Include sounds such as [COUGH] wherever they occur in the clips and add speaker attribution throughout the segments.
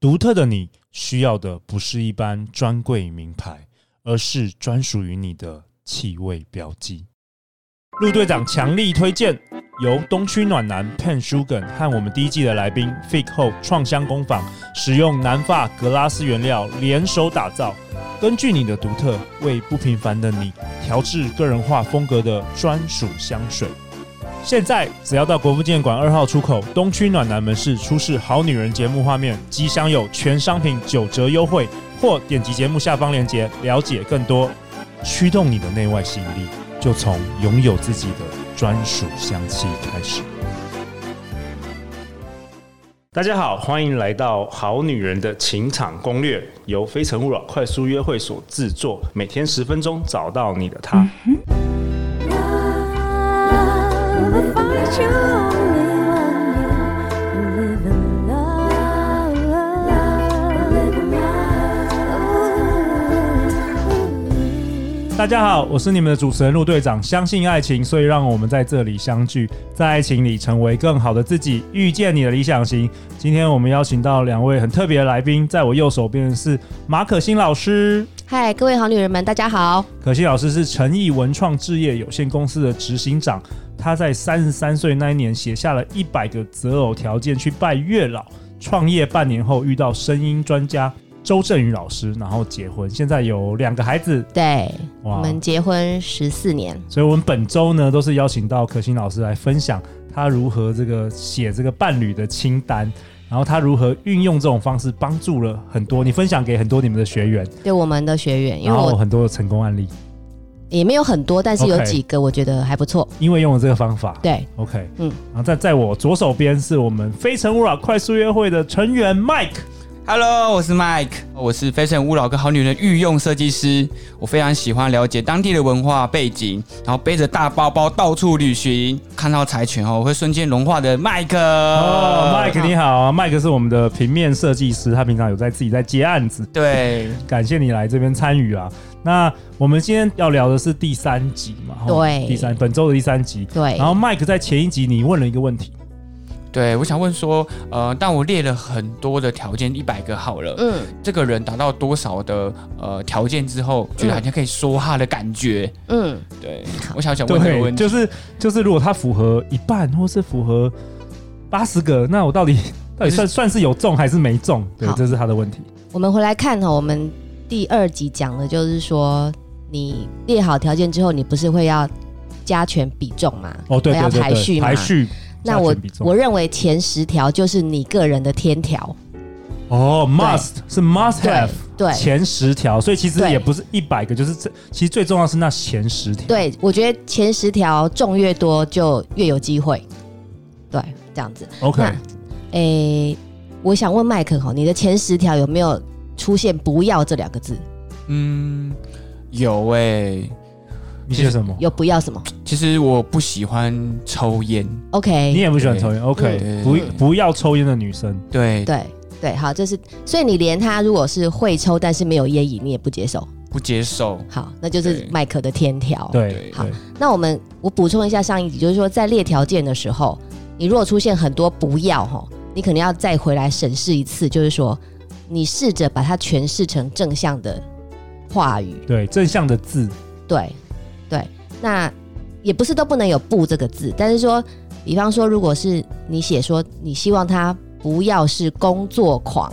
Speaker 1: 独特的你需要的不是一般专柜名牌，而是专属于你的气味标记。陆队长强力推荐由东区暖男 Pen Sugan 和我们第一季的来宾 Fig 后创香工坊使用南法格拉斯原料联手打造，根据你的独特为不平凡的你调制个人化风格的专属香水。现在只要到国父纪念馆二号出口东区暖男门市出示“好女人”节目画面，即享有全商品九折优惠，或点击节目下方链接了解更多。驱动你的内外吸引力，就从拥有自己的专属香气开始。大家好，欢迎来到《好女人的情场攻略》，由非诚勿扰快速约会所制作，每天十分钟，找到你的他。
Speaker 2: Love, I find you only one you live in love, live in love.
Speaker 1: 大家好，我是你们的主持人陆队长。相信爱情，所以让我们在这里相聚，在爱情里成为更好的自己，遇见你的理想型。今天我们邀请到两位很特别的来宾，在我右手边的是马可欣老师。
Speaker 3: 嗨，各位好女人们，大家好。
Speaker 1: 可欣老师是诚毅文创置业有限公司的执行长，他在三十三岁那一年写下了一百个择偶条件去拜月老，创业半年后遇到声音专家周振宇老师，然后结婚，现在有两个孩子。
Speaker 3: 对，
Speaker 1: 哇
Speaker 3: 我们结婚十四年，
Speaker 1: 所以我们本周呢都是邀请到可心老师来分享他如何这个写这个伴侣的清单，然后他如何运用这种方式帮助了很多你分享给很多你们的学员，
Speaker 3: 对我们的学员，因
Speaker 1: 然
Speaker 3: 为
Speaker 1: 后
Speaker 3: 我
Speaker 1: 很多的成功案例，
Speaker 3: 也没有很多，但是有
Speaker 1: OK
Speaker 3: 几个我觉得还不错。
Speaker 1: 因为用了这个方法。
Speaker 3: 对，
Speaker 1: OK，嗯
Speaker 3: 嗯，
Speaker 1: 然后在在我左手边是我们非诚勿扰快速约会的成员 Mike，
Speaker 4: Hello，我是 Mike，我是非诚勿扰跟好女人御用设计师。我非常喜欢了解当地的文化背景，然后背着大包包到处旅行，看到柴犬后我会瞬间融化的 Mike。
Speaker 3: 啊
Speaker 1: 哦
Speaker 4: 哦
Speaker 1: ，Mike 你好啊，Mike 是我们的平面设计师，他平常有在自己在接案子，
Speaker 4: 对，
Speaker 1: 感谢你来这边参与啊。那我们今天要聊的是第三集嘛，吼
Speaker 3: 对
Speaker 1: 第三本周的第三集。
Speaker 3: 对
Speaker 1: 然后 Mike 在前一集你问了一个问题，
Speaker 4: 对，我想问说，呃，但我列了很多的条件，一百个好了，
Speaker 3: 嗯，
Speaker 4: 这个人达到多少的呃条件之后，觉得好像可以说话的感觉？
Speaker 2: Mm.
Speaker 3: 嗯，
Speaker 4: 对，我想想问这个
Speaker 1: 对，
Speaker 4: 问题，
Speaker 1: 就是就是如果他符合一半或是符合八十个，那我到底到底算算是有中还是没中？对，
Speaker 3: 好
Speaker 1: 这是他的问题。
Speaker 3: 我们回来看哈、我们第二集讲的就是说，你列好条件之后，你不是会要加权比重嘛？
Speaker 1: 哦，对对
Speaker 3: 我要
Speaker 1: 对对，
Speaker 3: 排序嘛
Speaker 1: 排序。
Speaker 3: 那我
Speaker 1: 加权比重
Speaker 3: 我认为前十条就是你个人的天条，
Speaker 1: 哦，must 是 must
Speaker 3: 对
Speaker 1: have
Speaker 3: 对
Speaker 1: 前十条，所以其实
Speaker 3: 对
Speaker 1: 也不是一百个，就是这其实最重要是那前十条。，
Speaker 3: 对，我觉得前十条中越多就越有机会，对，这样子。
Speaker 1: ，OK，
Speaker 3: 那诶、我想问麦克哈，你的前十条有没有出现“不要”这两个字？
Speaker 4: 嗯，有诶、
Speaker 1: 你写什么？
Speaker 3: 有“不要”什么
Speaker 4: 其实我不喜欢抽烟，
Speaker 1: 你
Speaker 3: ？OK，
Speaker 1: 也不喜欢抽烟，OK？
Speaker 4: 嗯
Speaker 1: 不
Speaker 4: 对
Speaker 1: 不要抽烟的女生，
Speaker 4: 对，
Speaker 3: 对对，好，这是所以你连他如果是会抽但是没有烟瘾，你也不接受。
Speaker 4: 不接受。
Speaker 3: 好，那就是
Speaker 4: 对
Speaker 3: 麦克的天条。，
Speaker 1: 对
Speaker 4: 对
Speaker 3: 哦好
Speaker 1: 对，
Speaker 3: 那我们我补充一下上一集，就是说在列条件的时候，你如果出现很多“不要”哈，你可能要再回来审视一次，就是说你试着把它诠释成正向的话语。
Speaker 1: 对正向的字，
Speaker 3: 对，对，那也不是都不能有“不”这个字，但是说，比方说，如果是你写说你希望他不要是工作狂，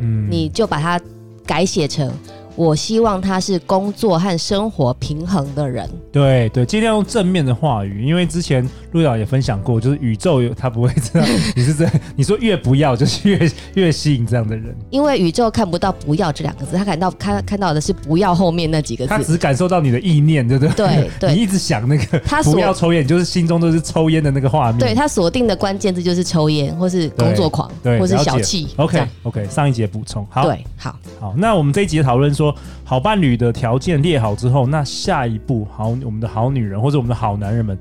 Speaker 1: 嗯，
Speaker 3: 你就把它改写成我希望他是工作和生活平衡的人。
Speaker 1: 对对，尽量用正面的话语，因为之前陆导也分享过，就是宇宙有他不会知道你是这，你说越不要就是越越吸引这样的人，
Speaker 3: 因为宇宙看不到“不要”这两个字，他看到看看到的是“不要”后面那几个
Speaker 1: 他
Speaker 3: 字。
Speaker 1: 只感受到你的意念，对不对？
Speaker 3: 对对
Speaker 1: 你一直想那个
Speaker 3: 他所
Speaker 1: 不要抽烟，你就是心中都是抽烟的那个画面。
Speaker 3: 对他锁定的关键字就是抽烟，或是工作狂，
Speaker 1: 对，
Speaker 3: 或是
Speaker 1: 了解
Speaker 3: 小气。这
Speaker 1: OK
Speaker 3: 样
Speaker 1: OK，上一节补充好。
Speaker 3: 对，好，
Speaker 1: 好，那我们这一集讨论说，好伴侣的条件列好之后，那下一步好，我们的好女人或者我们的好男人们，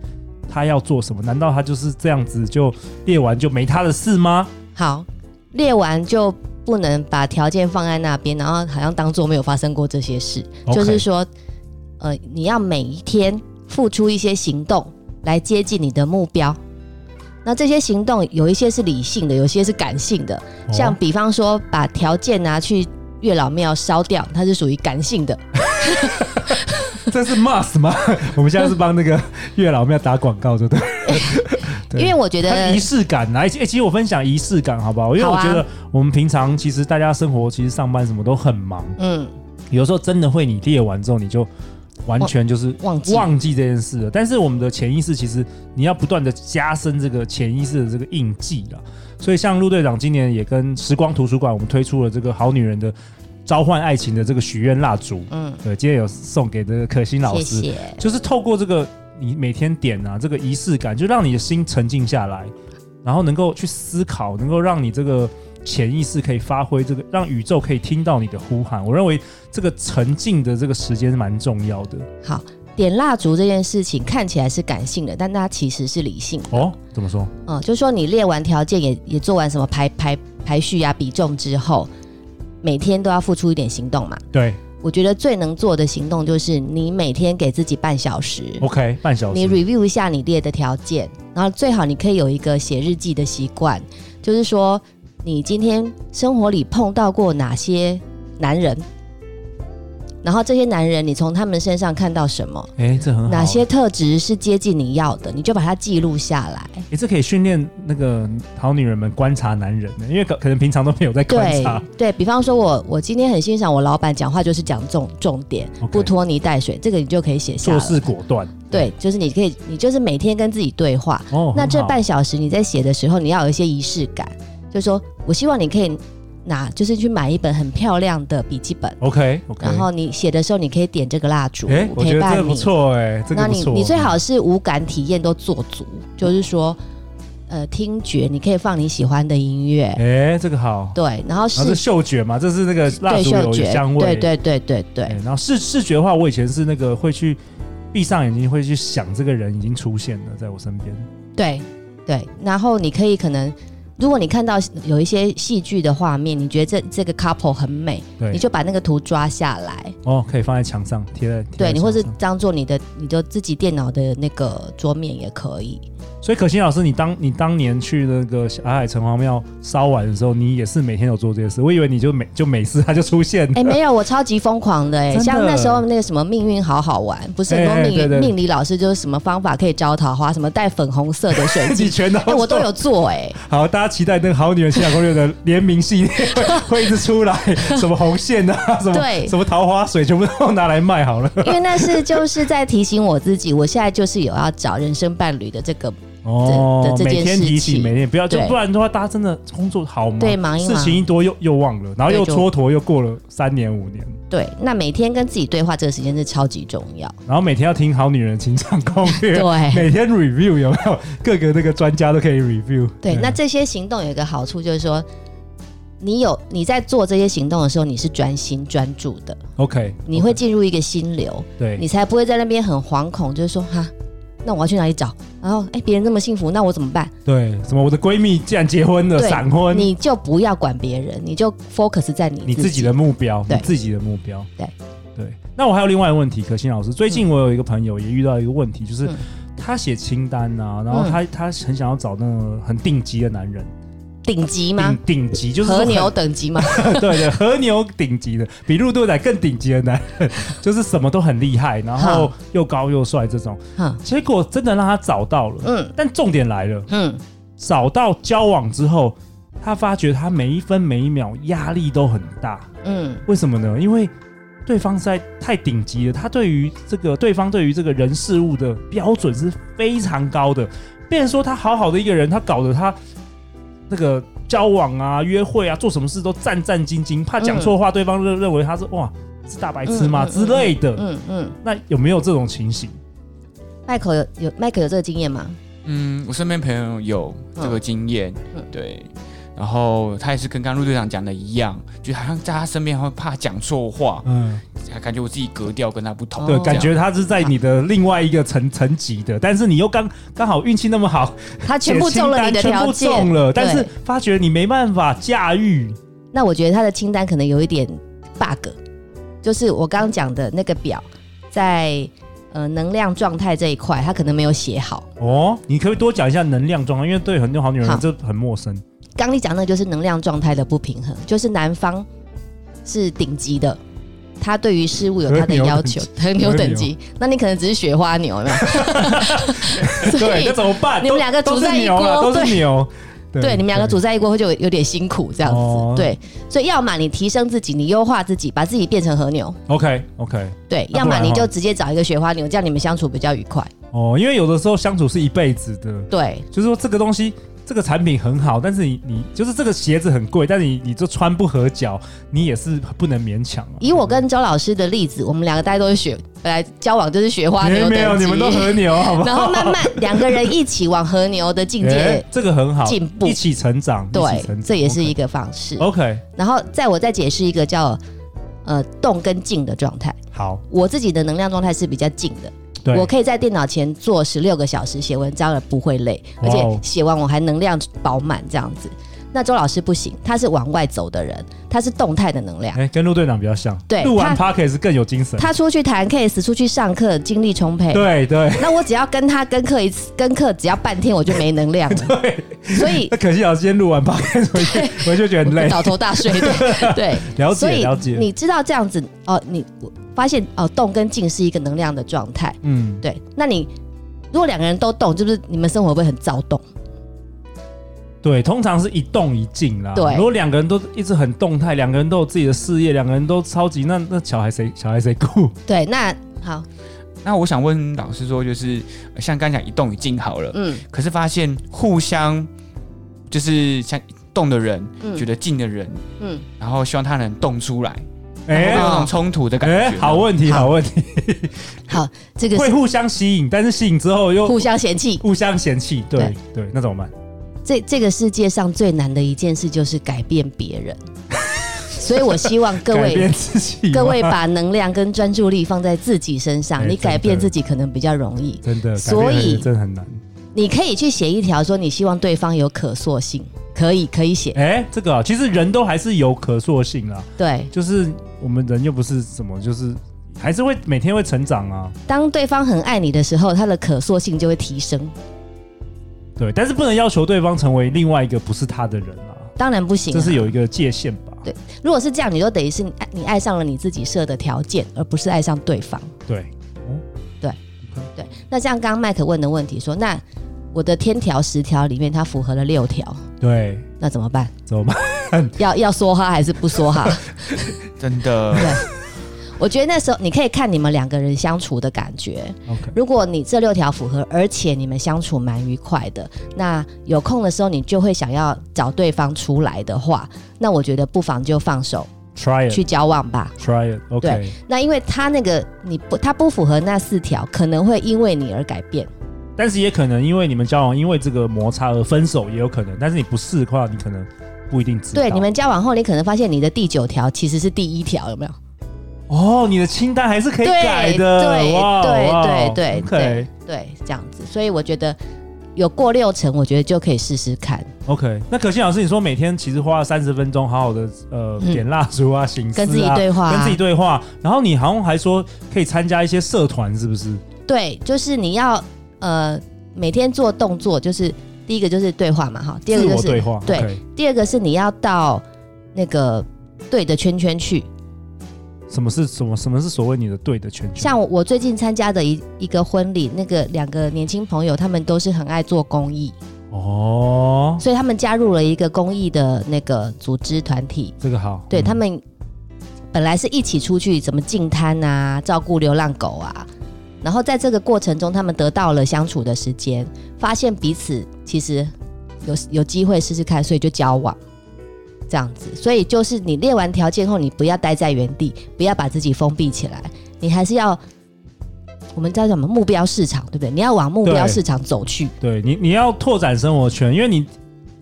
Speaker 1: 他要做什么？难道他就是这样子就列完就没他的事吗？
Speaker 3: 好，列完就不能把条件放在那边，然后好像当做没有发生过这些事。
Speaker 1: OK
Speaker 3: 就是说，呃，你要每一天付出一些行动来接近你的目标。那这些行动有一些是理性的，有些是感性的。像
Speaker 1: 哦
Speaker 3: 比方说把条件拿去月老庙烧掉，它是属于感性的。
Speaker 1: 这是 must 吗？ [LAUGHS] 我们现在是帮那个月老庙打广告，对
Speaker 3: [LAUGHS]
Speaker 1: 不对？对
Speaker 3: 因为我觉
Speaker 1: 它
Speaker 3: 得
Speaker 1: 仪式感来、啊，哎、其其实我分享仪式感好不好？因为
Speaker 3: 好
Speaker 1: 我
Speaker 3: 啊
Speaker 1: 觉得我们平常其实大家生活其实上班什么都很忙，
Speaker 3: 嗯，
Speaker 1: 有时候真的会你列完之后你就完全就是
Speaker 3: 忘记
Speaker 1: 忘记这件事了。但是我们的潜意识其实你要不断的加深这个潜意识的这个印记啊。所以像陆队长今年也跟时光图书馆我们推出了这个好女人的召唤爱情的这个许愿蜡烛，
Speaker 3: 嗯，
Speaker 1: 对，今天有送给这个可心老
Speaker 3: 谢
Speaker 1: 师。
Speaker 3: 谢。
Speaker 1: 就是透过这个你每天点啊，这个仪式感，就让你的心沉静下来，然后能够去思考，能够让你这个潜意识可以发挥这个，让宇宙可以听到你的呼喊。我认为这个沉静的这个时间是蛮重要的
Speaker 3: 好，点蜡烛这件事情看起来是感性的，但它其实是理性的。
Speaker 1: 哦。怎么说？
Speaker 3: 嗯，就是说你列完条件也也做完什么排排排序啊、比重之后，每天都要付出一点行动嘛。
Speaker 1: 对
Speaker 3: 我觉得最能做的行动就是你每天给自己半小时，
Speaker 1: ，OK，半小
Speaker 3: 你
Speaker 1: 时。
Speaker 3: review 一下你列的条件，然后最好你可以有一个写日记的习惯，就是说你今天生活里碰到过哪些男人，然后这些男人你从他们身上看到什么，
Speaker 1: 哎，这很好。
Speaker 3: 哪些？特质是接近你要的，你就把它记录下来。
Speaker 1: 哎，这可以训练那个好女人们观察男人呢，因为可可能平常都没有在观
Speaker 3: 对
Speaker 1: 察。
Speaker 3: 对，比方说我我今天很欣赏我老板讲话就是讲重重点
Speaker 1: OK
Speaker 3: 不拖泥带水，这个你就可以写下
Speaker 1: 做
Speaker 3: 来。
Speaker 1: 事果断
Speaker 3: 对，就是你可以，你就是每天跟自己对话。
Speaker 1: 哦，
Speaker 3: 那
Speaker 1: 很
Speaker 3: 这
Speaker 1: 好
Speaker 3: 半小时你在写的时候，你要有一些仪式感，就是说我希望你可以拿，就是去买一本很漂亮的笔记本，
Speaker 1: OK OK，
Speaker 3: 然后你写的时候你可以点这个蜡烛
Speaker 1: 哎，我觉
Speaker 3: 陪
Speaker 1: 得这
Speaker 3: 伴
Speaker 1: 个不
Speaker 3: 你。
Speaker 1: 错哎，这
Speaker 3: 那
Speaker 1: 个不
Speaker 3: 你
Speaker 1: 错。
Speaker 3: 你最好是五感体验都做足，就是说，呃，听觉你可以放你喜欢的音乐，
Speaker 1: 哎，这个好。
Speaker 3: 对，然后
Speaker 1: 然后
Speaker 3: 视
Speaker 1: 是嗅觉嘛，这是那个蜡
Speaker 3: 对
Speaker 1: 烛
Speaker 3: 嗅
Speaker 1: 有
Speaker 3: 觉，
Speaker 1: 香味，
Speaker 3: 对对对对对。
Speaker 1: 哎然后视视觉的话，我以前是那个会去闭上眼睛会去想这个人已经出现了在我身边，
Speaker 3: 对对，然后你可以可能，如果你看到有一些戏剧的画面，你觉得这这个 couple 很美，
Speaker 1: 对
Speaker 3: 你就把那个图抓下来，
Speaker 1: 哦，可以放在墙上贴在，贴在
Speaker 3: 对你
Speaker 1: 墙
Speaker 3: 或是
Speaker 1: 上
Speaker 3: 当做你的你就自己电脑的那个桌面也可以。
Speaker 1: 所以可心老师，你当你当年去那个小海城隍庙烧完的时候，你也是每天有做这些事，我以为你就每就每次它就出现了，
Speaker 3: 哎，没有，我超级疯狂的哎，
Speaker 1: 嗯真的
Speaker 3: 像那时候那个什么命运好好玩，不是很多
Speaker 1: 哎哎
Speaker 3: 命
Speaker 1: 对对
Speaker 3: 运命理老师就是什么方法可以招桃花，什么带粉红色的
Speaker 1: [LAUGHS]
Speaker 3: 水
Speaker 1: 你
Speaker 3: 晶。
Speaker 1: 全都
Speaker 3: 哎、我都
Speaker 1: 做
Speaker 3: 有做
Speaker 1: [LAUGHS]
Speaker 3: 哎、
Speaker 1: 好，大家期待那个好女人情感攻略的联名系列 [LAUGHS]
Speaker 3: [LAUGHS]
Speaker 1: 会会一直出来，什么红线啊，什么
Speaker 3: 对
Speaker 1: 什么桃花水，全部都拿来卖
Speaker 3: [LAUGHS]
Speaker 1: 好了。
Speaker 3: 因为那是就是在提醒我自己，我现在就是有要找人生伴侣的这个
Speaker 1: 哦
Speaker 3: 的，这件
Speaker 1: 每天
Speaker 3: 事
Speaker 1: 提醒，
Speaker 3: 情
Speaker 1: 每天不要，就
Speaker 3: 对
Speaker 1: 不然的话，大家真的工作好忙，
Speaker 3: 对忙一忙
Speaker 1: 事情一多又又忘了，然后
Speaker 3: 对
Speaker 1: 又
Speaker 3: 就
Speaker 1: 蹉跎，又过了三年五年，
Speaker 3: 对，那每天跟自己对话这个时间是超级重要。
Speaker 1: 然后每天要听《好女人情场攻略》，[LAUGHS]
Speaker 3: 对
Speaker 1: 每天 review 有没有？ [LAUGHS] 各个那个专家都可以 review。
Speaker 3: 对，那这些行动有一个好处就是说，你有你在做这些行动的时候，你是专心专注的，
Speaker 1: OK，
Speaker 3: 你会进入一个心流，你
Speaker 1: 对
Speaker 3: 才不会在那边很惶恐，就是说哈，那我要去哪里找？然后哎，别人这么幸福，那我怎么办？
Speaker 1: 对，什么我的闺蜜竟然结婚了，
Speaker 3: 对
Speaker 1: 闪婚，
Speaker 3: 你就不要管别人，你就 focus 在你
Speaker 1: 你自己的目标，你
Speaker 3: 对
Speaker 1: 自己的目标，
Speaker 3: 对
Speaker 1: 对。那我还有另外一个问题，可心老师，最近我有一个朋友也遇到一个问题，就是
Speaker 3: 嗯
Speaker 1: 他写清单啊，然后
Speaker 3: 嗯
Speaker 1: 他、他很想要找那种很顶级的男人，
Speaker 3: 顶级吗
Speaker 1: 顶？顶级就是说
Speaker 3: 和
Speaker 1: 很
Speaker 3: 牛，
Speaker 1: [LAUGHS]
Speaker 3: 等级吗？
Speaker 1: 对对，和牛顶级的，比陆队长更顶级的男人，就是什么都很厉害，然后又高又帅这种。
Speaker 3: 哈，
Speaker 1: 结果真的让他找到了，
Speaker 3: 嗯
Speaker 1: 但重点来了，
Speaker 3: 嗯，
Speaker 1: 找到交往之后，他发觉他每一分每一秒压力都很大。
Speaker 3: 嗯，
Speaker 1: 为什么呢？因为对方实在太顶级了，他对于这个对方对于这个人事物的标准是非常高的。变成说他好好的一个人，他搞得他那个交往啊、约会啊、做什么事都战战兢兢，怕讲错话，对方认认为他是哇是大白痴吗、
Speaker 3: 嗯嗯嗯
Speaker 1: 之类的。
Speaker 3: 嗯嗯，
Speaker 1: 那有没有这种情形？
Speaker 3: 麦克有有麦克有这个经验吗？
Speaker 4: 嗯，我身边朋友有这个经验，
Speaker 3: 嗯
Speaker 4: 对。然后他也是跟刚陆队长讲的一样，就好像在他身边会怕讲错话，
Speaker 1: 嗯，
Speaker 4: 感觉我自己格调跟他不同。
Speaker 1: 对，
Speaker 3: 哦
Speaker 1: 感觉他是在你的另外一个层层级的，但是你又刚刚好运气那么好，
Speaker 3: 他全部中了你的
Speaker 1: 全
Speaker 3: 条
Speaker 1: 部
Speaker 3: 件，
Speaker 1: 中了，但
Speaker 3: 对
Speaker 1: 是发觉你没办法驾驭，
Speaker 3: 那我觉得他的清单可能有一点 bug，就是我刚刚讲的那个表，在呃能量状态这一块，他可能没有写好。
Speaker 1: 哦，你可不可以多讲一下能量状态？因为对很多好女人
Speaker 3: 好
Speaker 1: 这很陌生。
Speaker 3: 刚你讲那个就是能量状态的不平衡，就是男方是顶级的，他对于事物有他的要
Speaker 1: [LAUGHS]
Speaker 3: 求，很牛等级。那你可能只是雪花牛，有没有？
Speaker 1: [LAUGHS]
Speaker 3: 所
Speaker 1: 对，
Speaker 3: 以
Speaker 1: 那怎么办？
Speaker 3: 你们
Speaker 1: 都
Speaker 3: 两个
Speaker 1: 都
Speaker 3: 煮
Speaker 1: 是
Speaker 3: 在一
Speaker 1: 牛了，
Speaker 3: 锅
Speaker 1: 都是
Speaker 3: 对 [LAUGHS]
Speaker 1: 牛。
Speaker 3: 对，你们两个组在一锅就有有点辛苦这样子。
Speaker 1: 哦
Speaker 3: 对，所以要么你提升自己，你优化自己，把自己变成和牛；
Speaker 1: OK OK
Speaker 3: 对，
Speaker 1: 那
Speaker 3: 要
Speaker 1: 不
Speaker 3: 么
Speaker 1: 然
Speaker 3: 你
Speaker 1: 哦
Speaker 3: 就直接找一个雪花牛，这样你们相处比较愉快。
Speaker 1: 哦，因为有的时候相处是一辈子的，
Speaker 3: 对，
Speaker 1: 就是说这个东西。这个产品很好，但是你你就是这个鞋子很贵，但你你就穿不合脚，你也是不能勉强啊。
Speaker 3: 以我跟周老师的例子，我们两个大家都是雪，本来交往就是雪花
Speaker 1: 没
Speaker 3: 牛
Speaker 1: 有没有，
Speaker 3: 等级
Speaker 1: 你们都和牛，好不好？
Speaker 3: [LAUGHS] 然后慢慢两个人一起往和牛的境界
Speaker 1: 哎这个很好，
Speaker 3: 进步
Speaker 1: 一起成长，一起
Speaker 3: 对
Speaker 1: 成，长
Speaker 3: 这也是一
Speaker 1: 个
Speaker 3: 个方式。
Speaker 1: OK，哦
Speaker 3: 然后再我再解释一个叫呃动跟静的状态。
Speaker 1: 好，
Speaker 3: 我自己的能量状态是比较静的，
Speaker 1: 对，
Speaker 3: 我可以在电脑前坐十六个小时写文章而不会累，
Speaker 1: 哇
Speaker 3: 而
Speaker 1: 哦
Speaker 3: 且写完我还能量饱满这样子。那周老师不行，他是往外走的人，他是动态的能量。
Speaker 1: 哎，跟陆队长比较像，
Speaker 3: 对
Speaker 1: 录完
Speaker 3: 他
Speaker 1: Podcast 更有精神，
Speaker 3: 他出去谈 case，出去上课，精力充沛。
Speaker 1: 对对
Speaker 3: 那我只要跟他跟课一次，跟课只要半天我就没能量了，
Speaker 1: [LAUGHS] 对，
Speaker 3: 所以
Speaker 1: 那可惜老师今天录
Speaker 3: [LAUGHS]
Speaker 1: 完 [LAUGHS] Podcast 回去，我就觉得很累，
Speaker 3: 倒头大睡
Speaker 1: [LAUGHS]
Speaker 3: 的。对，
Speaker 1: 了
Speaker 3: 所
Speaker 1: 解
Speaker 3: 以
Speaker 1: 了解，
Speaker 3: 你知道这样子哦，你我发现哦，动跟静是一个能量的状态。
Speaker 1: 嗯，
Speaker 3: 对，那你如果两个人都动，是不是你们生活会很躁动？
Speaker 1: 对，通常是一动一静啦。
Speaker 3: 对
Speaker 1: 如果两个人都一直很动态，两个人都有自己的事业，两个人都超级，那那小孩谁小孩谁
Speaker 3: [LAUGHS]
Speaker 1: 顾？
Speaker 3: 对，那好，
Speaker 4: 那我想问老师说，就是呃像刚才讲一动一静好了，
Speaker 3: 嗯
Speaker 4: 可是发现互相就是像动的人、
Speaker 3: 嗯
Speaker 4: 觉得静的人，
Speaker 3: 嗯，
Speaker 4: 然后希望他能动出来，会
Speaker 1: 哎
Speaker 4: 不会有
Speaker 3: 哦
Speaker 4: 那种冲突的感
Speaker 1: 哎，
Speaker 4: 觉。
Speaker 1: 好，问题，
Speaker 3: 好
Speaker 1: 好问题，
Speaker 3: 好，这个
Speaker 1: 会
Speaker 3: 是
Speaker 1: 互相吸引，但是吸引之后又
Speaker 3: 互相嫌弃。
Speaker 1: 互相嫌弃，对对，那怎么办？
Speaker 3: 这这个世界上最难的一件事就是改变别
Speaker 1: [LAUGHS]
Speaker 3: 人，所以我希望各
Speaker 1: 改变
Speaker 3: 位。
Speaker 1: 自己吗，
Speaker 3: 各位把能量跟专注力放在自己身
Speaker 1: 哎
Speaker 3: 上，你
Speaker 1: 真
Speaker 3: 改
Speaker 1: 的
Speaker 3: 变自己可能比较容易。
Speaker 1: [LAUGHS] 真的，
Speaker 3: 所
Speaker 1: 改变
Speaker 3: 以
Speaker 1: 很真的很难。
Speaker 3: 你可以去写一条说你希望对方有可塑性，可以可以写，
Speaker 1: 哎，这个啊，其实人都还是有可塑性啦，
Speaker 3: 对，
Speaker 1: 就是我们人又不是什么，就是还是会每天会成长啊。
Speaker 3: 当对方很爱你的时候，他的可塑性就会提升。
Speaker 1: 对，但是不能要求对方成为另外一个不是他的人啊，
Speaker 3: 当然不行、
Speaker 1: 这
Speaker 3: 啊，
Speaker 1: 是有一个界限吧？
Speaker 3: 对如果是这样，你就等于是你爱你爱上了你自己设的条件，而不是爱上对方。
Speaker 1: 对，
Speaker 3: 对，那像刚刚麦克问的问题说，那我的天条十条里面，它符合了六条，
Speaker 1: 对，
Speaker 3: 那怎么办？
Speaker 1: 怎
Speaker 3: [LAUGHS]
Speaker 1: 么办？
Speaker 3: 要要说哈还是不说哈？ [LAUGHS]
Speaker 4: 真的
Speaker 3: 对，我觉得那时候你可以看你们两个人相处的感觉。
Speaker 1: OK，
Speaker 3: 如果你这六条符合，而且你们相处蛮愉快的，那有空的时候你就会想要找对方出来的话，那我觉得不妨就放手
Speaker 1: try
Speaker 3: 去
Speaker 1: it，
Speaker 3: 交往吧。
Speaker 1: try it，OK，、
Speaker 3: 对那因为他那个你不，他不符合那四条，可能会因为你而改变。
Speaker 1: 但是也可能因为你们交往，因为这个摩擦而分手也有可能，但是你不试的话，你可能不一定知道。
Speaker 3: 对，你们交往后，你可能发现你的第九条其实是第一条，有没有？
Speaker 1: 哦，你的清单还是可以
Speaker 3: 对
Speaker 1: 改的，
Speaker 3: 对
Speaker 1: 哇
Speaker 3: 对
Speaker 1: 哇
Speaker 3: 对对
Speaker 1: OK
Speaker 3: 对，这样子，所以我觉得有过六成，我觉得就可以试试看，
Speaker 1: OK，那可心老师，你说每天其实花了三十分钟，好好的呃
Speaker 3: 嗯
Speaker 1: 点蜡烛啊、醒思啊，
Speaker 3: 跟自己对话啊、
Speaker 1: 跟自己对话，然后你好像还说可以参加一些社团，是不是？
Speaker 3: 对，就是你要呃每天做动作，就是第一个就是对话嘛，哈，第二
Speaker 1: 自
Speaker 3: 个
Speaker 1: 我
Speaker 3: 就
Speaker 1: 对
Speaker 3: 是
Speaker 1: 话，
Speaker 3: 对
Speaker 1: OK
Speaker 3: 第二个是你要到那个对的圈圈去。
Speaker 1: 什么是什么？什么是所谓你的对的圈圈？
Speaker 3: 像我我最近参加的一一个婚礼，那个两个年轻朋友，他们都是很爱做公益，
Speaker 1: 哦，
Speaker 3: 所以他们加入了一个公益的那个组织团体。
Speaker 1: 这个好，
Speaker 3: 对、
Speaker 1: 嗯
Speaker 3: 他们本来是一起出去怎么净滩啊，照顾流浪狗啊，然后在这个过程中，他们得到了相处的时间，发现彼此其实有有机会试试看，所以就交往。这样子，所以就是你列完条件后，你不要待在原地，不要把自己封闭起来，你还是要我们叫什么目标市场，对不对？你要往目标
Speaker 1: 对
Speaker 3: 市场走去。
Speaker 1: 对你你要拓展生活圈，因为你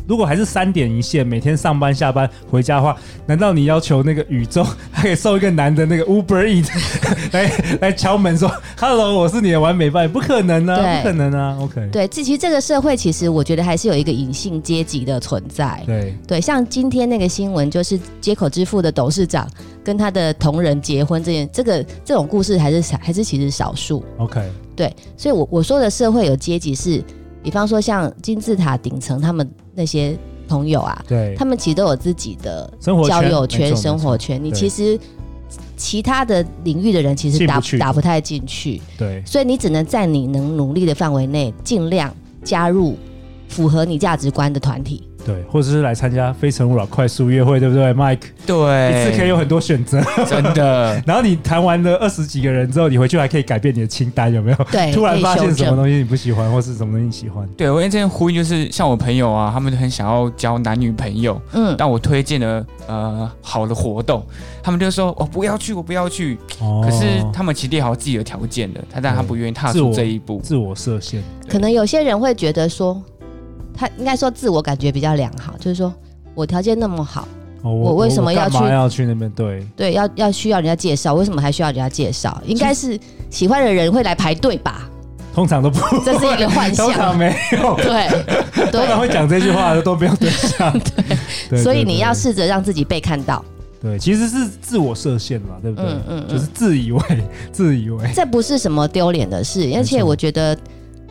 Speaker 1: 如果还是三点一线，每天上班下班回家的话，难道你要求那个宇宙还可以送一个男的那个 Uber Eat
Speaker 3: [LAUGHS]
Speaker 1: 来来敲门说 “Hello，我是你的完美伴侣”？不可能啊，
Speaker 3: 对
Speaker 1: 不可能啊。OK，
Speaker 3: 对，这其实这个社会其实我觉得还是有一个隐性阶级的存在。
Speaker 1: 对
Speaker 3: 对，像今天那个新闻，就是接口支付的董事长跟他的同仁结婚这件，这个这种故事还是还是其实少数。
Speaker 1: ，OK，
Speaker 3: 对，所以我我说的社会有阶级是，比方说像金字塔顶层他们那些朋友啊，
Speaker 1: 对
Speaker 3: 他，们其实都有自己的
Speaker 1: 生活
Speaker 3: 交友
Speaker 1: 没
Speaker 3: 圈、
Speaker 1: 错
Speaker 3: 生活
Speaker 1: 没
Speaker 3: 圈，你
Speaker 1: 对
Speaker 3: 其实其他的领域的人其实
Speaker 1: 进不
Speaker 3: 打
Speaker 1: 去
Speaker 3: 打不太进去，
Speaker 1: 错对
Speaker 3: 所以你只能在你能努力的范围内，尽量加入符合你价值观的团体。
Speaker 1: 对，或者是来参加《非诚勿扰》快速约会，对不对，Mike？
Speaker 4: 对，
Speaker 1: [LAUGHS]
Speaker 3: 哎
Speaker 1: 一次可以有很多选择。。
Speaker 4: 真的
Speaker 1: 然后你谈完了二十几个人之后，你回去还可以改变你的清单，有没有？[LAUGHS]
Speaker 3: 对，
Speaker 1: 突
Speaker 3: 可
Speaker 1: 然
Speaker 3: 以
Speaker 1: 发现
Speaker 3: 修
Speaker 1: 什么
Speaker 3: 正。
Speaker 1: 东西你不喜欢，或是什么东西你喜欢，
Speaker 4: 对，我因为这边呼应就是像我朋友啊，他们都很想要交男女朋友，
Speaker 3: 嗯，
Speaker 4: 但我推荐了呃好的活动，他们就说我不要去，我不要去。
Speaker 1: 哦
Speaker 4: 可是他们其实列好自己的条件的，他但他不愿意踏
Speaker 1: 自
Speaker 4: 出
Speaker 1: 我
Speaker 4: 这一步。
Speaker 1: 自我设限，
Speaker 3: 可能有些人会觉得说，他应该说自我感觉比较良好，就是说我条件那么好，
Speaker 1: 哦、
Speaker 3: 我为什么要
Speaker 1: 干嘛要去那边？对，
Speaker 3: 对，要要需要人家介绍，为什么还需要人家介绍？应该
Speaker 1: [LAUGHS]
Speaker 3: 是喜欢的人会来排队吧，
Speaker 1: 通常都不，
Speaker 3: 这是一个幻
Speaker 1: [LAUGHS] 通常
Speaker 3: 想。
Speaker 1: 没有， [LAUGHS]
Speaker 3: 对
Speaker 1: 通常
Speaker 3: [LAUGHS] 对，
Speaker 1: 会讲这句话的都没有对
Speaker 3: [LAUGHS]
Speaker 1: 象。对对
Speaker 3: 所以你
Speaker 1: 对
Speaker 3: 要试着让自己被看到。
Speaker 1: 对，其实是自我设限嘛，对不对？
Speaker 3: 嗯嗯嗯
Speaker 1: 就是自以为，自以为，
Speaker 3: 这不是什么丢脸的
Speaker 1: 嗯
Speaker 3: 事，而且我觉得，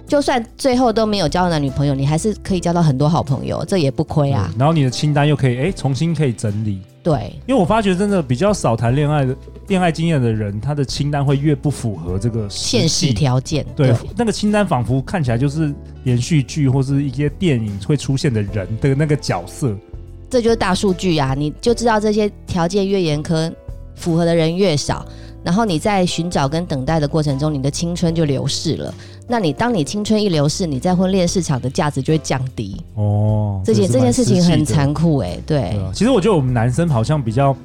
Speaker 3: 就算最后都没有交到男女朋友，你还是可以交到很多好朋友，这也不亏啊。
Speaker 1: 嗯然后你的清单又可以哎重新可以整理，
Speaker 3: 对，
Speaker 1: 因为我发觉真的比较少谈恋爱的恋爱经验的人，他的清单会越不符合这个际
Speaker 3: 现实条件
Speaker 1: 对，那个清单仿佛看起来就是连续剧或是一些电影会出现的人的那个角色。
Speaker 3: 这就是大数据啊，你就知道这些条件越严苛，符合的人越少。然后你在寻找跟等待的过程中，你的青春就流逝了。那你当你青春一流逝，你在婚恋市场的价值就会降低。
Speaker 1: 哦，
Speaker 3: 这件
Speaker 1: 是
Speaker 3: 这件事情
Speaker 1: 蛮实际
Speaker 3: 很
Speaker 1: 的
Speaker 3: 残酷哎、对
Speaker 1: 对啊，其实我觉得我们男生好像比较，我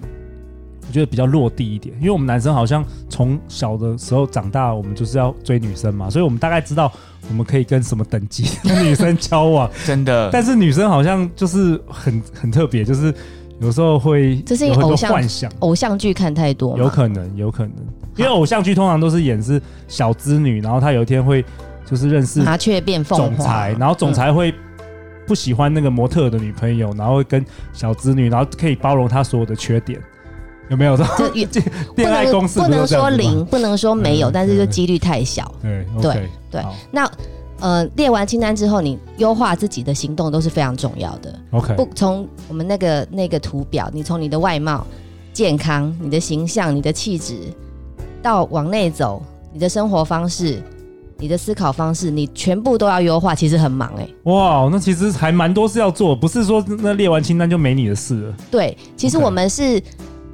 Speaker 1: 觉得比较落地一点，因为我们男生好像从小的时候长大，我们就是要追女生嘛，所以我们大概知道我们可以跟什么等级的女生交往，
Speaker 4: 真的，
Speaker 1: [LAUGHS] 但是女生好像就是很很特别，就是有时候会
Speaker 3: 这是
Speaker 1: 有
Speaker 3: 一个
Speaker 1: 很多
Speaker 3: 偶像
Speaker 1: 幻想。
Speaker 3: 偶像剧看太多嘛
Speaker 1: 有可能，有可能，因为偶像剧通常都是演是小资女，然后她有一天会就是认识
Speaker 3: 麻雀变凤
Speaker 1: 总
Speaker 3: 凰，
Speaker 1: 裁，然后总裁会不喜欢那个模特儿的女朋友，然后会跟小资女，然后可以包容她所有的缺点，有没有？ [LAUGHS]
Speaker 3: 就也
Speaker 1: 这
Speaker 3: 不
Speaker 1: 恋爱
Speaker 3: 能
Speaker 1: 公式
Speaker 3: 不
Speaker 1: 是
Speaker 3: 能
Speaker 1: 都这样
Speaker 3: 说
Speaker 1: 子吗，
Speaker 3: 零，不能说没有，
Speaker 1: 嗯
Speaker 3: 但是就
Speaker 1: 对
Speaker 3: 几率太小。
Speaker 1: 对
Speaker 3: 对
Speaker 1: OK，
Speaker 3: 对
Speaker 1: 好
Speaker 3: 那呃，列完清单之后，你优化自己的行动都是非常重要的。
Speaker 1: ，OK，
Speaker 3: 不从我们那个那个图表，你从你的外貌、健康、你的形象、你的气质，到往内走，你的生活方式、你的思考方式，你全部都要优化，其实很忙哎、
Speaker 1: 哇，那其实还蛮多事要做，不是说那列完清单就没你的事了。
Speaker 3: 对，其实
Speaker 1: OK
Speaker 3: 我们是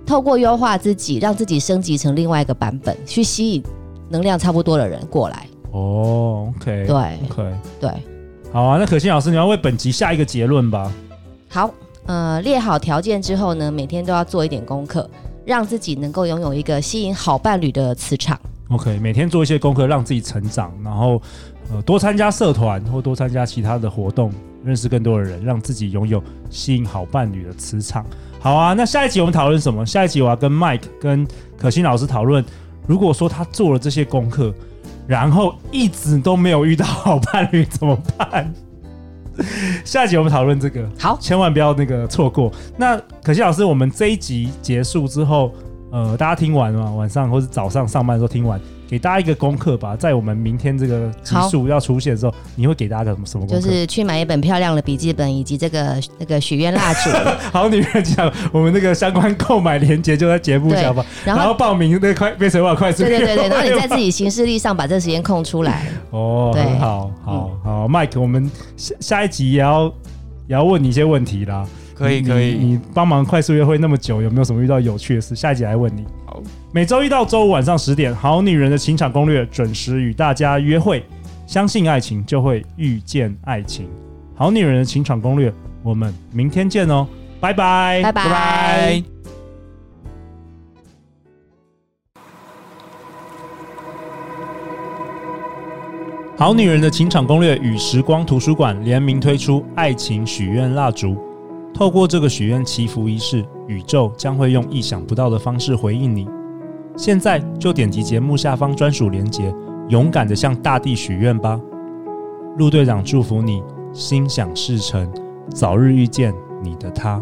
Speaker 3: 透过优化自己，让自己升级成另外一个版本，去吸引能量差不多的人过来。
Speaker 1: 哦，OK，
Speaker 3: 对
Speaker 1: ，OK，
Speaker 3: 对，
Speaker 1: 好啊，那可心老师，你要为本集下一个结论吧。
Speaker 3: 好，呃，列好条件之后呢，每天都要做一点功课，让自己能够拥有一个吸引好伴侣的磁场。
Speaker 1: OK，每天做一些功课，让自己成长，然后呃多参加社团或多参加其他的活动，认识更多的人，让自己拥有吸引好伴侣的磁场。好啊，那下一集我们讨论什么？下一集我要跟 Mike 跟可心老师讨论，如果说他做了这些功课，然后一直都没有遇到好伴侣怎么办？下一集我们讨论这个。
Speaker 3: 好，
Speaker 1: 千万不要那个错过。那可惜老师，我们这一集结束之后，呃，大家听完嘛，晚上或是早上上班的时候听完，给大家一个功课吧，在我们明天这个集数要出现的时候，你会给大家个什么什么功
Speaker 3: 就
Speaker 1: 课？
Speaker 3: 是去买一本漂亮的笔记本，以及这个那个许愿蜡烛，
Speaker 1: 好女人讲，我们那个相关购买链接就在节目下方，
Speaker 3: 然
Speaker 1: 然后
Speaker 3: 后。
Speaker 1: 报名那快变成我快速
Speaker 3: 对对对
Speaker 1: [LAUGHS]
Speaker 3: 对，然后你在自己行事历上把这时间空出来。
Speaker 1: 哦，
Speaker 3: 对
Speaker 1: 很好，
Speaker 3: 嗯
Speaker 1: 好好，Mike，我们下下一集也要也要问你一些问题啦。
Speaker 4: 可以
Speaker 1: 你
Speaker 4: 可
Speaker 1: 你
Speaker 4: 以，
Speaker 1: 你帮忙快速约会那么久，有没有什么遇到有趣的事？下一集来问你。
Speaker 4: 好
Speaker 1: 每周一到周五晚上十点，《好女人的情场攻略》准时与大家约会。相信爱情，就会遇见爱情。《好女人的情场攻略》，我们明天见哦，拜拜，
Speaker 3: 拜拜
Speaker 4: 拜拜。
Speaker 1: 啊好女人的情场攻略》与时光图书馆联名推出爱情许愿蜡烛，透过这个许愿祈福仪式，宇宙将会用意想不到的方式回应你。现在就点击节目下方专属链接，勇敢的向大地许愿吧！陆队长祝福你心想事成，早日遇见你的他。